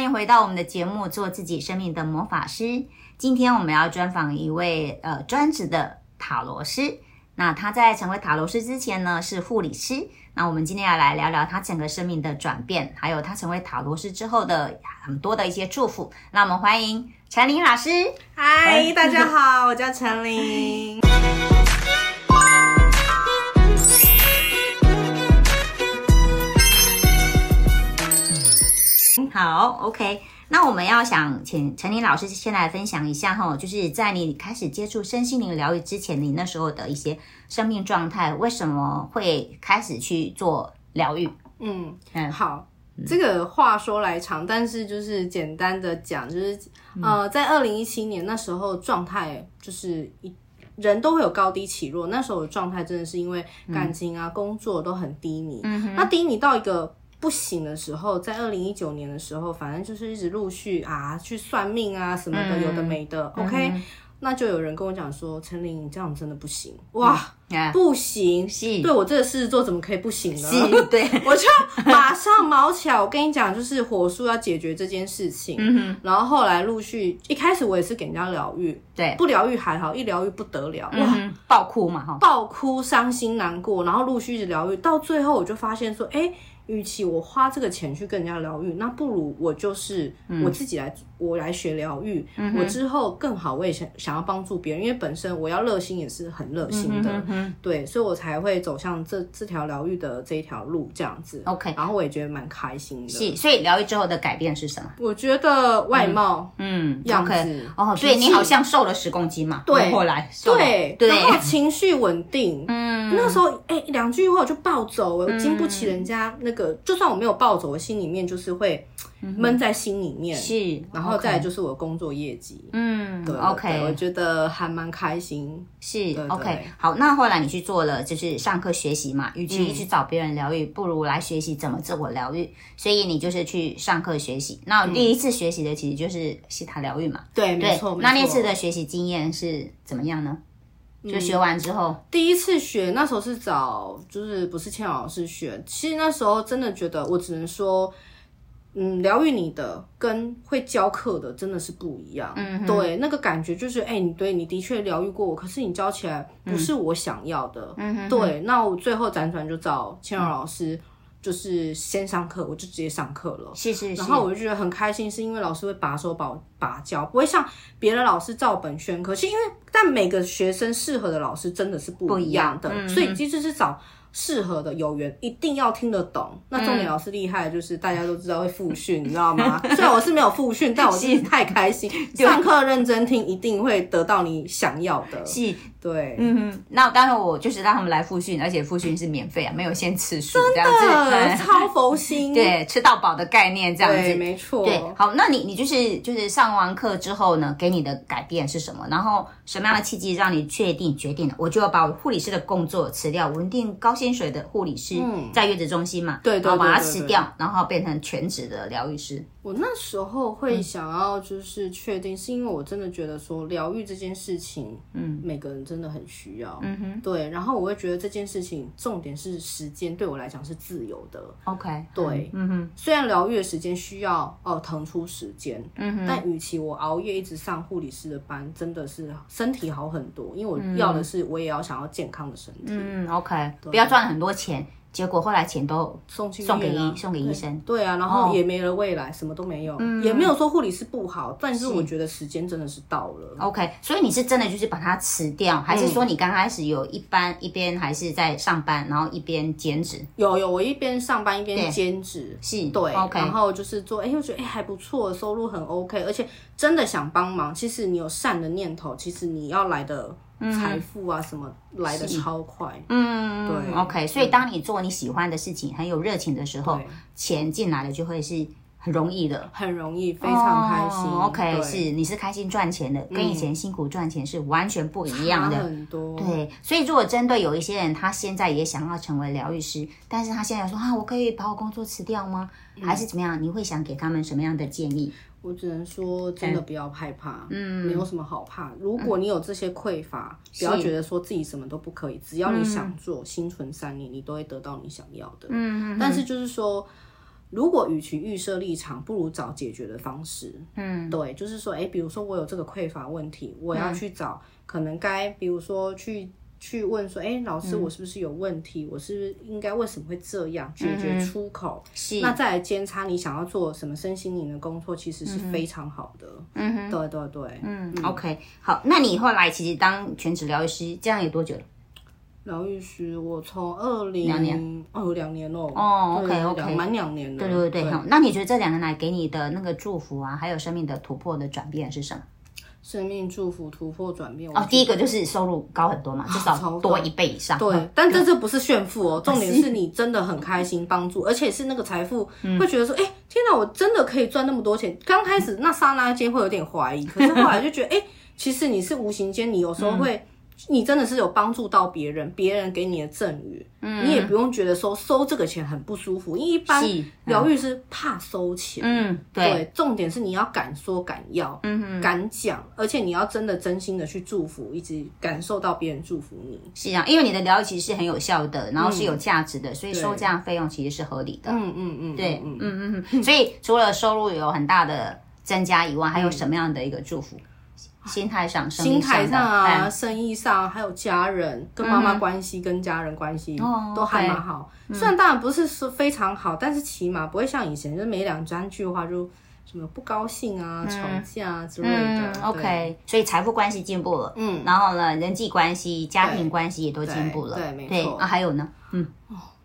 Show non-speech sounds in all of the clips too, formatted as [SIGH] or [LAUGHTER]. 迎回到我们的节目《做自己生命的魔法师》。今天我们要专访一位呃专职的塔罗师。那他在成为塔罗师之前呢，是护理师。那我们今天要来聊聊他整个生命的转变，还有他成为塔罗师之后的很多的一些祝福。那我们欢迎陈琳老师。嗨，大家好，我叫陈琳。好，OK。那我们要想请陈琳老师先来分享一下哈，就是在你开始接触身心灵疗愈之前，你那时候的一些生命状态，为什么会开始去做疗 [LAUGHS] 愈？嗯，嗯好，这个话说来长，但是就是简单的讲，就是嗯呃，在二零一七年那时候状态就是一。人都会有高低起落，那时候我的状态真的是因为感情啊、工作都很低迷。嗯那低迷到一个不行的时候，在二零一九年的时候，反正就是一直陆续啊去算命啊什么的，嗯有的没的。OK，那就有人跟我讲说，陈琳，你这样真的不行，哇，啊，不行，是对我这个狮子座怎么可以不行呢？是，对，我就马上毛起来。我跟你讲，就是火速要解决这件事情。嗯然后后来陆续，一开始我也是给人家疗愈， [LAUGHS] 对不疗愈还好，一疗愈不得了，嗯哼，哇，哇，爆哭嘛哈，爆哭、伤心、难过，然后陆续一直疗愈，到最后我就发现说，哎，与其我花这个钱去跟人家疗愈，那不如我就是嗯我自己来，我来学疗愈，我之后更好，我也想想要帮助别人，因为本身我要热心也是很热心的，嗯哼对，所以我才会走向这这条疗愈的这一条路这样子。 OK 然后我也觉得蛮开心的。是，所以疗愈之后的改变是什么？我觉得外貌、嗯样子，OK，哦，对脾气你好像瘦了十公斤嘛，对后来瘦了对，对，然后情绪稳定。嗯那时候，哎、两句话我就暴走，我经不起人家那个。就算我没有暴走，我心里面就是会闷在心里面。是，然后再来嗯 OK 就是我的工作业绩。嗯对对对我，OK，觉得还蛮开心。是对 OK 对。好，那后来你去做了，就是上课学习嘛，与其嗯一直找别人疗愈，不如来学习怎么自我疗愈。所以你就是去上课学习。那第一次学习的其实就是西塔疗愈嘛，对，嗯没对错，。没那那错次的学习经验是怎么样呢？嗯就学完之后，第一次学那时候是找，就是不是倩老师学。其实那时候真的觉得，我只能说，嗯，疗愈你的跟会教课的真的是不一样。嗯，对，那个感觉就是，哎、你对你的确疗愈过我，可是你教起来不是我想要的。嗯，对。那我最后辗转就找倩儿老师，就是先上课，我就直接上课了。是是是然，后我就觉得很开心，是因为老师会把手把把教，不会像别的老师照本宣科。其实因为但每个学生适合的老师真的是不一样的，不一样嗯所以其实是找适合的有缘，一定要听得懂。那重点老师厉害的就是大家都知道会复训，你知道 [LAUGHS] 吗？虽然我是没有复训，但我是太开心，上课认真听，一定会得到你想要的。是对，嗯，那当然我就是让他们来复训，而且复训是免费啊，没有限次数这样呃，子。嗯 [LAUGHS] 超佛心，对，吃到饱的概念这样子对，，没错，对，好，那你你就是就是上完课之后呢，给你的改变是什么？然后什么样的契机让你确定决定了，我就要把我护理师的工作辞掉，稳定高薪水的护理师，在月子中心嘛，嗯对然对后把它对对辞对掉，然后变成全职的疗愈师。我那时候会想要就是确定，是因为我真的觉得说疗愈这件事情，嗯，每个人真的很需要，嗯哼，对。然后我会觉得这件事情重点是时间，对我来讲是自由的， OK，对，嗯哼。虽然疗愈的时间需要哦腾出时间，嗯哼，但与其我熬夜一直上护理师的班，真的是身体好很多，因为我要的是我也要想要健康的身体，嗯，OK，不要赚很多钱，结果后来钱都送去医送给院啊医送给医生。对啊，然哦后也没了未来，什么都没有，嗯也没有说护理师不好，但是我觉得时间真的是到了。 OK，所以你是真的就是把它辞掉，还是嗯说你刚开始有一般一边还是在上班，然后一边兼职？有有，我一边上班一边兼职，是对 OK 然后就是做，哎、我觉得哎、还不错，收入很 OK，而且真的想帮忙。其实你有善的念头，其实你要来的财富啊什么、来的超快，嗯，对 OK，所以当你做你喜欢的事情，很有热情的时候对，钱进来了就会是很容易的，很容易，非常开心。嗯哦 OK，对嗯是你是开心赚钱的，跟以前辛苦赚钱是完全不一样差的。很多，对，所以如果针对有一些人，他现在也想要成为疗愈师，但是他现在说啊，我可以把我工作辞掉吗？嗯还是怎么样？你会想给他们什么样的建议？我只能说，真的不要害怕，嗯，没有什么好怕。如果你有这些匮乏，不要觉得说自己什么都不可以，只要你想做，心存善念，你都会得到你想要的。嗯，但是就是说，如果与其预设立场，不如找解决的方式。嗯对，就是说，诶，比如说我有这个匮乏问题，我要去找、可能该，比如说去去问说，诶，老师，我是不是有问题？我是不是应该为什么会这样？解决出口，是那再来兼差你想要做什么身心灵的工作，其实是非常好的。嗯哼对对对，嗯，OK，好，那你后来其实当全职疗愈师这样有多久了？疗愈师，我从二零两年哦，两年哦，哦对 OK，OK 两满两年了，对对对对，好，那你觉得这两年来给你的那个祝福啊，还有生命的突破的转变是什么？生命祝福突破转变。哦我，第一个就是收入高很多嘛，至超少高多一倍以上。[LAUGHS] [LAUGHS] 对，但这这不是炫富哦，重点是你真的很开心，帮助，而且是那个财富，会觉得说，哎、天哪，我真的可以赚那么多钱。刚开始那刹那间会有点怀疑，可是后来就觉得，哎、其实你是无形间，你有时候会。你真的是有帮助到别人，别人给你的赠予，你也不用觉得说收这个钱很不舒服，因为一般是疗愈师怕收钱，嗯，对，对，重点是你要敢说敢要，嗯，敢讲，而且你要真的真心的去祝福，以及感受到别人祝福你。是啊，因为你的疗愈其实是很有效的，然后是有价值的，所以收这样费用其实是合理的。嗯嗯嗯，对，嗯嗯，嗯嗯嗯，所以除了收入有很大的增加以外，还有什么样的一个祝福？心态上、生嗯心命态上的上啊，哎生意上，还有家人跟妈妈关系、跟家人关系哦都还 OK 蛮好。虽然当然不是说非常好，但是起码不会像以前，就是每两三句话就什么不高兴啊、吵架啊之类的嗯。对，OK，所以财富关系进步了，嗯，然后呢，人际关系、家庭关系也都进步了，对对没错啊，还有呢，嗯，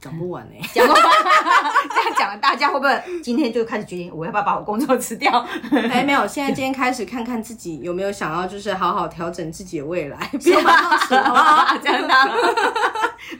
讲不 [LAUGHS] 完哎、讲完这样讲，大家会不会今天就开始决定我要不要把我工作辞掉？哎，没有，现在今天开始看看自己有没有想要，就是好好调整自己 [LAUGHS] 的未来，不要马上死，好不好？ [LAUGHS] 这样的。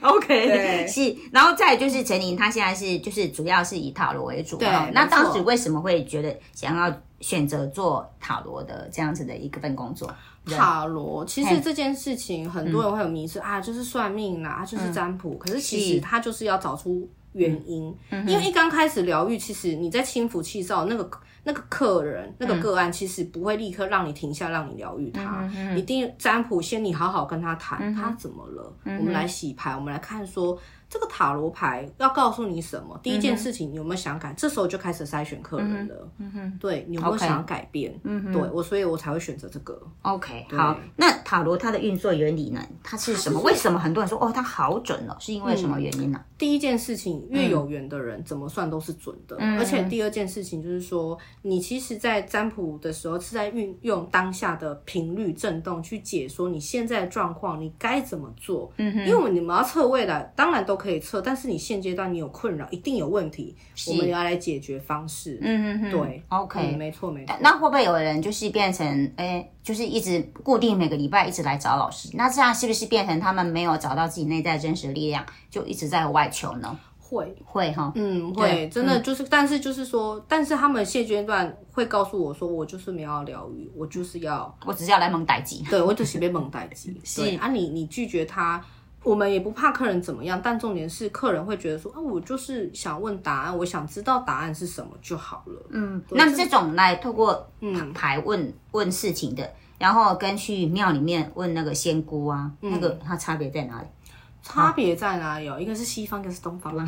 OK，对是，然后再来就是陈琳，她现在是就是主要是以塔罗为主对嘛没那当错时为什么会觉得想要选择做塔罗的这样子的一个份工作？塔罗其嘿实这件事情，很多人会有迷失、啊，就是算命啦、啊，就是占卜。可是嗯其是实它就是要找出原因，因为一刚开始疗愈，其实你在心浮气躁，那个那个客人、那个个案，其实不会立刻让你停下，让你疗愈他。一定占卜先，你好好跟他谈，他怎么了？我们来洗牌，我们来看说。这个塔罗牌要告诉你什么？第一件事情，你有没有想改？这时候就开始筛选客人了。嗯哼，对，你有没有 OK 想改变？嗯哼，对我，所以我才会选择这个。 OK，好，那塔罗它的运作原理呢？它是什么？为什么很多人说哦，它好准哦？是因为什么原因呢、第一件事情，嗯越有缘的人怎么算都是准的。而且第二件事情就是说，你其实，在占卜的时候是在运用当下的频率震动去解说你现在的状况，你该怎么做。嗯因为我们你们要测未来，当然都可以测，但是你现阶段你有困扰，一定有问题，我们要来解决方式。嗯嗯嗯，对，OK，、嗯没错没错但。那会不会有人就是变成哎、就是一直固定每个礼拜一直来找老师？那这样是不是变成他们没有找到自己内在真实的力量，就一直在外求呢？会，会哈，嗯，对会，真的就是，但是就是说，但是他们现阶段会告诉我说，我就是没有要疗愈，我就是要我只是要来蒙代机。对，我就是被蒙代机。对啊你，你拒绝他，我们也不怕客人怎么样，但重点是客人会觉得说啊，我就是想问答案，我想知道答案是什么就好了。嗯，那这种来透过牌问、问事情的，然后跟去庙里面问那个仙姑啊，那个它差别在哪里？差别在哪里哦？一个是西方，一个是东 [LAUGHS] [LAUGHS] 方。啊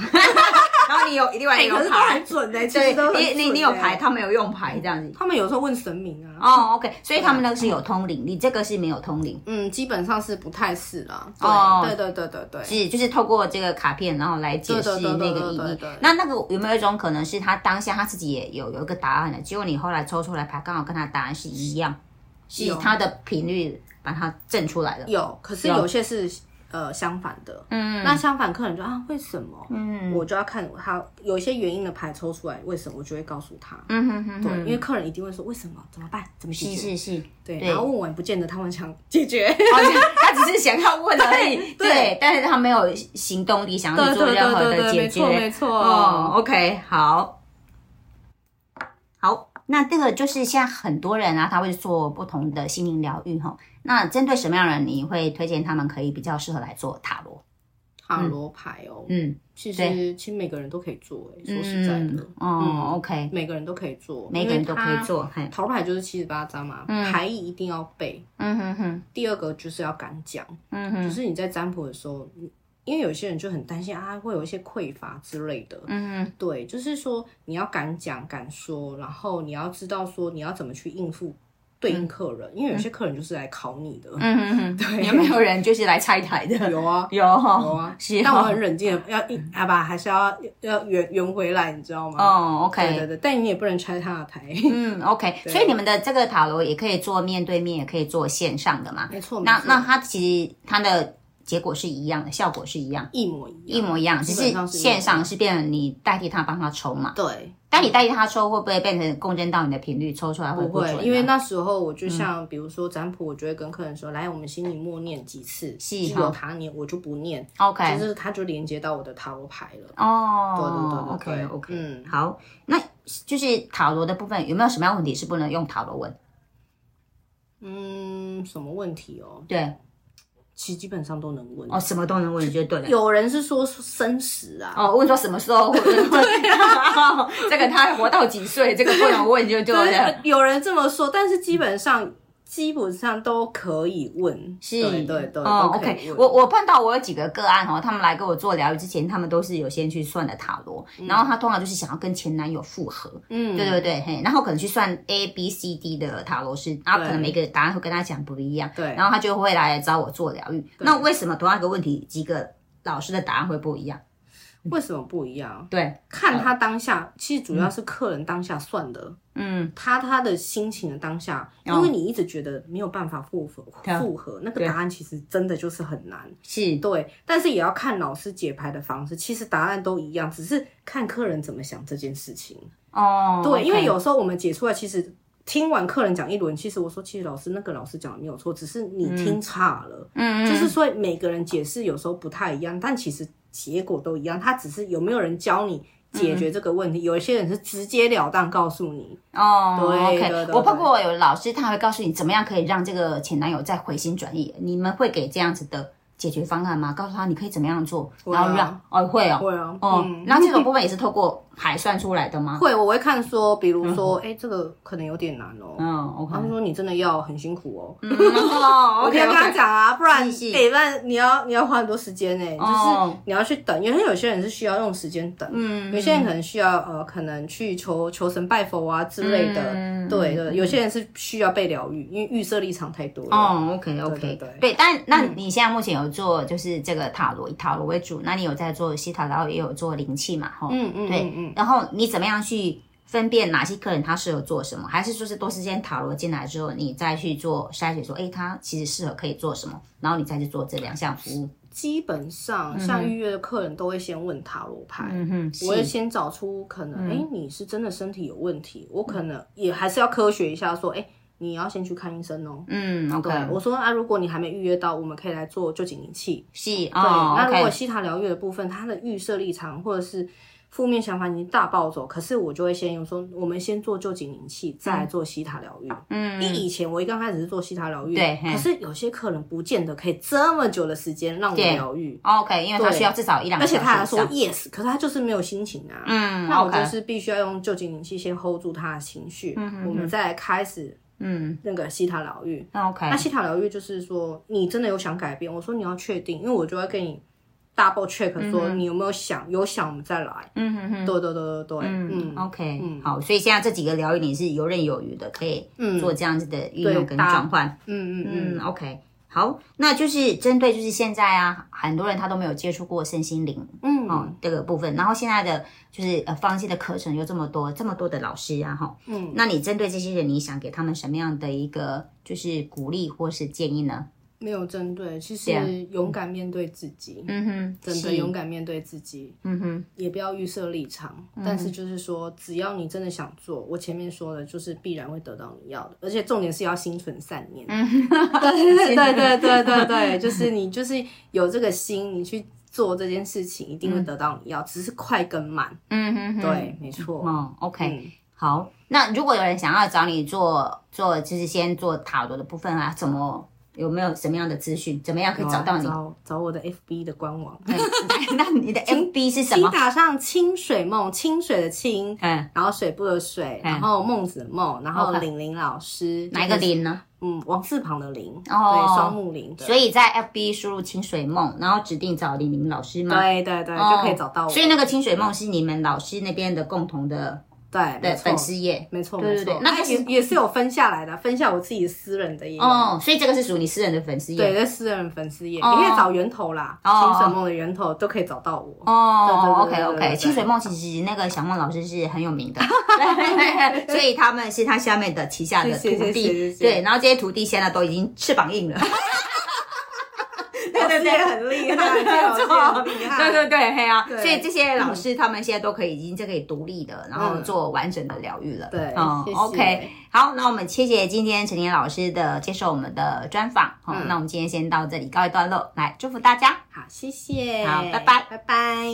然后你有另外一哎个可是有都还牌，准 [LAUGHS] 呢、其对实都，很你你你有准欸 [LAUGHS] 牌，，他没有用牌这样子。他们有时候问神明啊。哦，OK，所以他们那个是有通灵，你这个是没有通灵。嗯，基本上是不太是啦。对、哦对对对对对。是，就是透过这个卡片，然后来解释对对对那个对意对义对对。那那个有没有一种可能是他当下他自己也有有一个答案的，结果你后来抽出来牌，刚好跟他答案是一样，是有他的频率把它震出来了。有，可是有有些是呃相反的。嗯，那相反客人就啊，为什么？嗯，我就要看他有一些原因的牌抽出来，为什么我就会告诉他。嗯哼哼对，哼，因为客人一定会说为什么？怎么办？怎么是解是决？是，对，对然后问完不见得他们想 [LAUGHS] 解决。好像他只是想要问而已，[LAUGHS] 对对，但是他没有行动力，想要去做任何的 [LAUGHS] 解决。错嗯哦，OK，好，好，那这个就是现在很多人啊，他会做不同的心灵疗愈哈。那针对什么样的人，你会推荐他们可以比较适合来做塔罗？塔罗牌哦，嗯，其对实其实每个人都可以做，哎，说实在的嗯，哦，OK，每个人都可以做，每个人都可以。做， [LAUGHS] 嘿，塔罗牌就是七十八张嘛，牌意一定要背。嗯嗯哼哼，第二个就是要敢讲，嗯哼，就是你在占卜的时候，你因为有些人就很担心啊，会有一些匮乏之类的。嗯，对，就是说你要敢讲敢说，然后你要知道说你要怎么去应付对应客人，因为有些客人就是来考你的。嗯嗯，对，有没有人就是来拆台的？有啊，有有啊是哦，但我很冷静的，要一啊吧，还是要要圆圆回来，你知道吗？哦对，OK，对对，但你也不能拆他的台。嗯，OK，所以你们的这个塔罗也可以做面对面，也可以做线上的嘛。没错，那没错那它其实它的结果是一样的，效果是一样，一模一一样，模一样，只是基本上是一模一样线上是变成你代替他帮他抽嘛。对。但你代替他抽，会不会变成共振到你的频率？抽出来会不准啊、嗯会，因为那时候我就像，比如说占卜，我就会跟客人说，来，我们心里默念几次，是只好有他念，我就不念， OK 就是他就连接到我的塔罗牌了。哦，对对对对 OK OK，嗯好，那就是塔罗的部分有没有什么样问题是不能用塔罗问？嗯，什么问题哦？对，其实基本上都能问。哦，什么都能问就对了。有人是说生死啊，哦，问说什么时 [LAUGHS] 候？对、 [LAUGHS] 这个他活到几岁，这个不能问就对了。对，有人这么说，但是基本上基本上都可以问。是，对对对，哦都可以，OK，问我我碰到我有几个个案哦，他们来跟我做疗愈之前，他们都是有先去算的塔罗，然后他通常就是想要跟前男友复合，嗯，对对对，嘿，然后可能去算 A B C D 的塔罗师，然后可能对每个答案会跟他讲不一样，对然后他就会来找我做疗愈。那为什么同样一个问题，几个老师的答案会不一样？为什么不一样？对，看他当下，其实主要是客人当下算的。嗯，他他的心情的当下，因为你一直觉得没有办法复合哦对啊复合，那个答案其实真的就是很难。是，对，但是也要看老师解牌的方式，其实答案都一样，只是看客人怎么想这件事情。哦，对，因为 OK 有时候我们解出来，其实听完客人讲一轮，其实我说，其实老师那个老师讲的没有错，只是你听差了。嗯，就是所以每个人解释有时候不太一样，但其实结果都一样，他只是有没有人教你解嗯决这个问题。有一些人是直截了当告诉你，哦对对，OK，对我碰过有老师，他会告诉你怎么样可以让这个前男友再回心转意。你们会给这样子的解决方案吗？告诉他你可以怎么样做，啊然后让哦会哦。会啊，哦嗯，那这种部分也是透过海算出来的吗？会，我会看说，比如说，哎、这个可能有点难哦。嗯，OK，他们说你真的要很辛苦哦， [LAUGHS] 哦我一定要跟他讲啊，不然是是哎，不然你要你要花很多时间呢、就哦是你要去等，因为有些人是需要用时间等，嗯，有些人可能需要呃，可能去求求神拜佛啊之类的，嗯对的，有些人是需要被疗愈，因为预设立场太多了，哦，OK OK，对对对嗯但那你现在目前有做就是这个塔罗以塔罗为主，那你有在做西塔，然后也有做灵气嘛，哈，嗯嗯对嗯，嗯，然后你怎么样去分辨哪些客人他适合做什么，还是说是多时间塔罗进来之后，你再去做筛选说，诶，哎他其实适合可以做什么，然后你再去做这两项服务，基本上像预约的客人都会先问塔罗牌，嗯哼，我会是，嗯先找出可能，哎、你是真的身体有问题，我可能也还是要科学一下，说，哎、你要先去看医生哦。嗯，OK，对，我说啊，如果你还没预约到，我们可以来做臼井灵气。是，对，哦那如果，OK，西塔疗愈的部分，它的预设立场或者是负面想法已经大暴走，可是我就会先用说，我们先做臼井灵气，再来做西塔疗愈。嗯，因为以前我一刚开始是做西塔疗愈，对嘿可是有些客人不见得可以这么久的时间让我对疗愈，哦，OK，因为他对需要至少一两个而小且时以他上，还说 yes，可是他就是没有心情啊。嗯那我，OK，就是必须要用旧井灵气先 hold 住他的情绪，我们再来开始嗯那个西塔疗愈。那，OK，那西塔疗愈就是说，你真的有想改变，我说你要确定，因为我就会跟你 double check 说你有没有想，有想我们再来。嗯哼哼。对对对对对，嗯嗯，OK，嗯好，所以现在这几个疗愈你是游刃有余的，可以嗯做这样子的运对用跟搭转换。嗯嗯嗯，OK，好，那就是针对就是现在啊，很多人他都没有接触过身心灵嗯哦这个部分，然后现在的就是呃方心的课程有这么多，这么多的老师啊哈，嗯，那你针对这些人，你想给他们什么样的一个就是鼓励或是建议呢？没有针对，其实对啊勇敢面对自己，嗯哼，真的是勇，敢面对自己，嗯哼，嗯也不要预设立场，但是就是说，只要你真的想做，我前面说的，就是必然会得到你要的，而且重点是要心存善念。嗯 [LAUGHS] 对对对对对 [LAUGHS] 对，就是你就是有这个心，你去做这件事情，一定会得到你要，只是快跟慢。嗯哼哼，对，没错。哦，OK，嗯，好，那如果有人想要找你做做，就是先做塔罗的部分啊，怎么有没有什么样的资讯？怎么样可以有啊找到你？哎找找我的 FB 的官网， [LAUGHS] 那你的 FB 是什请么？打上清水梦，清水的清，嗯，然后水部的水，嗯然后孟子的孟，然后 OK 玲玲老师，哪一个就是？零呢？嗯，王字旁的玲，对，哦双木林的，所以在 FB 输入清水梦，然后指定找李明老师吗？对啊对对，哦，就可以找到我。所以那个清水梦是你们老师那边的共同的对的没错粉，丝页。没错对对没错对，那哎这是也也是有分下来的，分下我自己私人的也有。哦，所以这个是属于你私人的粉丝页。嗯对，在私人粉丝页，哦你可以找源头啦，哦清水梦的源头都可以找到我。 [LAUGHS] 哦对对对对，OK 对 OK，对清水梦其实那个小梦老师是很有 [LAUGHS] 名的， [LAUGHS] 对所以他们是他下面的旗下的谢谢徒谢谢弟谢，谢对，然后这些徒弟现在都已经翅膀硬 [LAUGHS] 了，老师也很厉 [LAUGHS] 害，老师也很厉害。对对对，嘿啊，对所以这些老师他们现在都可以已经就可以独立的，然后做完整的疗愈了。对嗯谢谢，OK，好，那我们谢谢今天陈年老师的接受我们的专访，好、嗯那我们今天先到这里告一段落，来祝福大家。好，谢谢，好拜拜拜拜。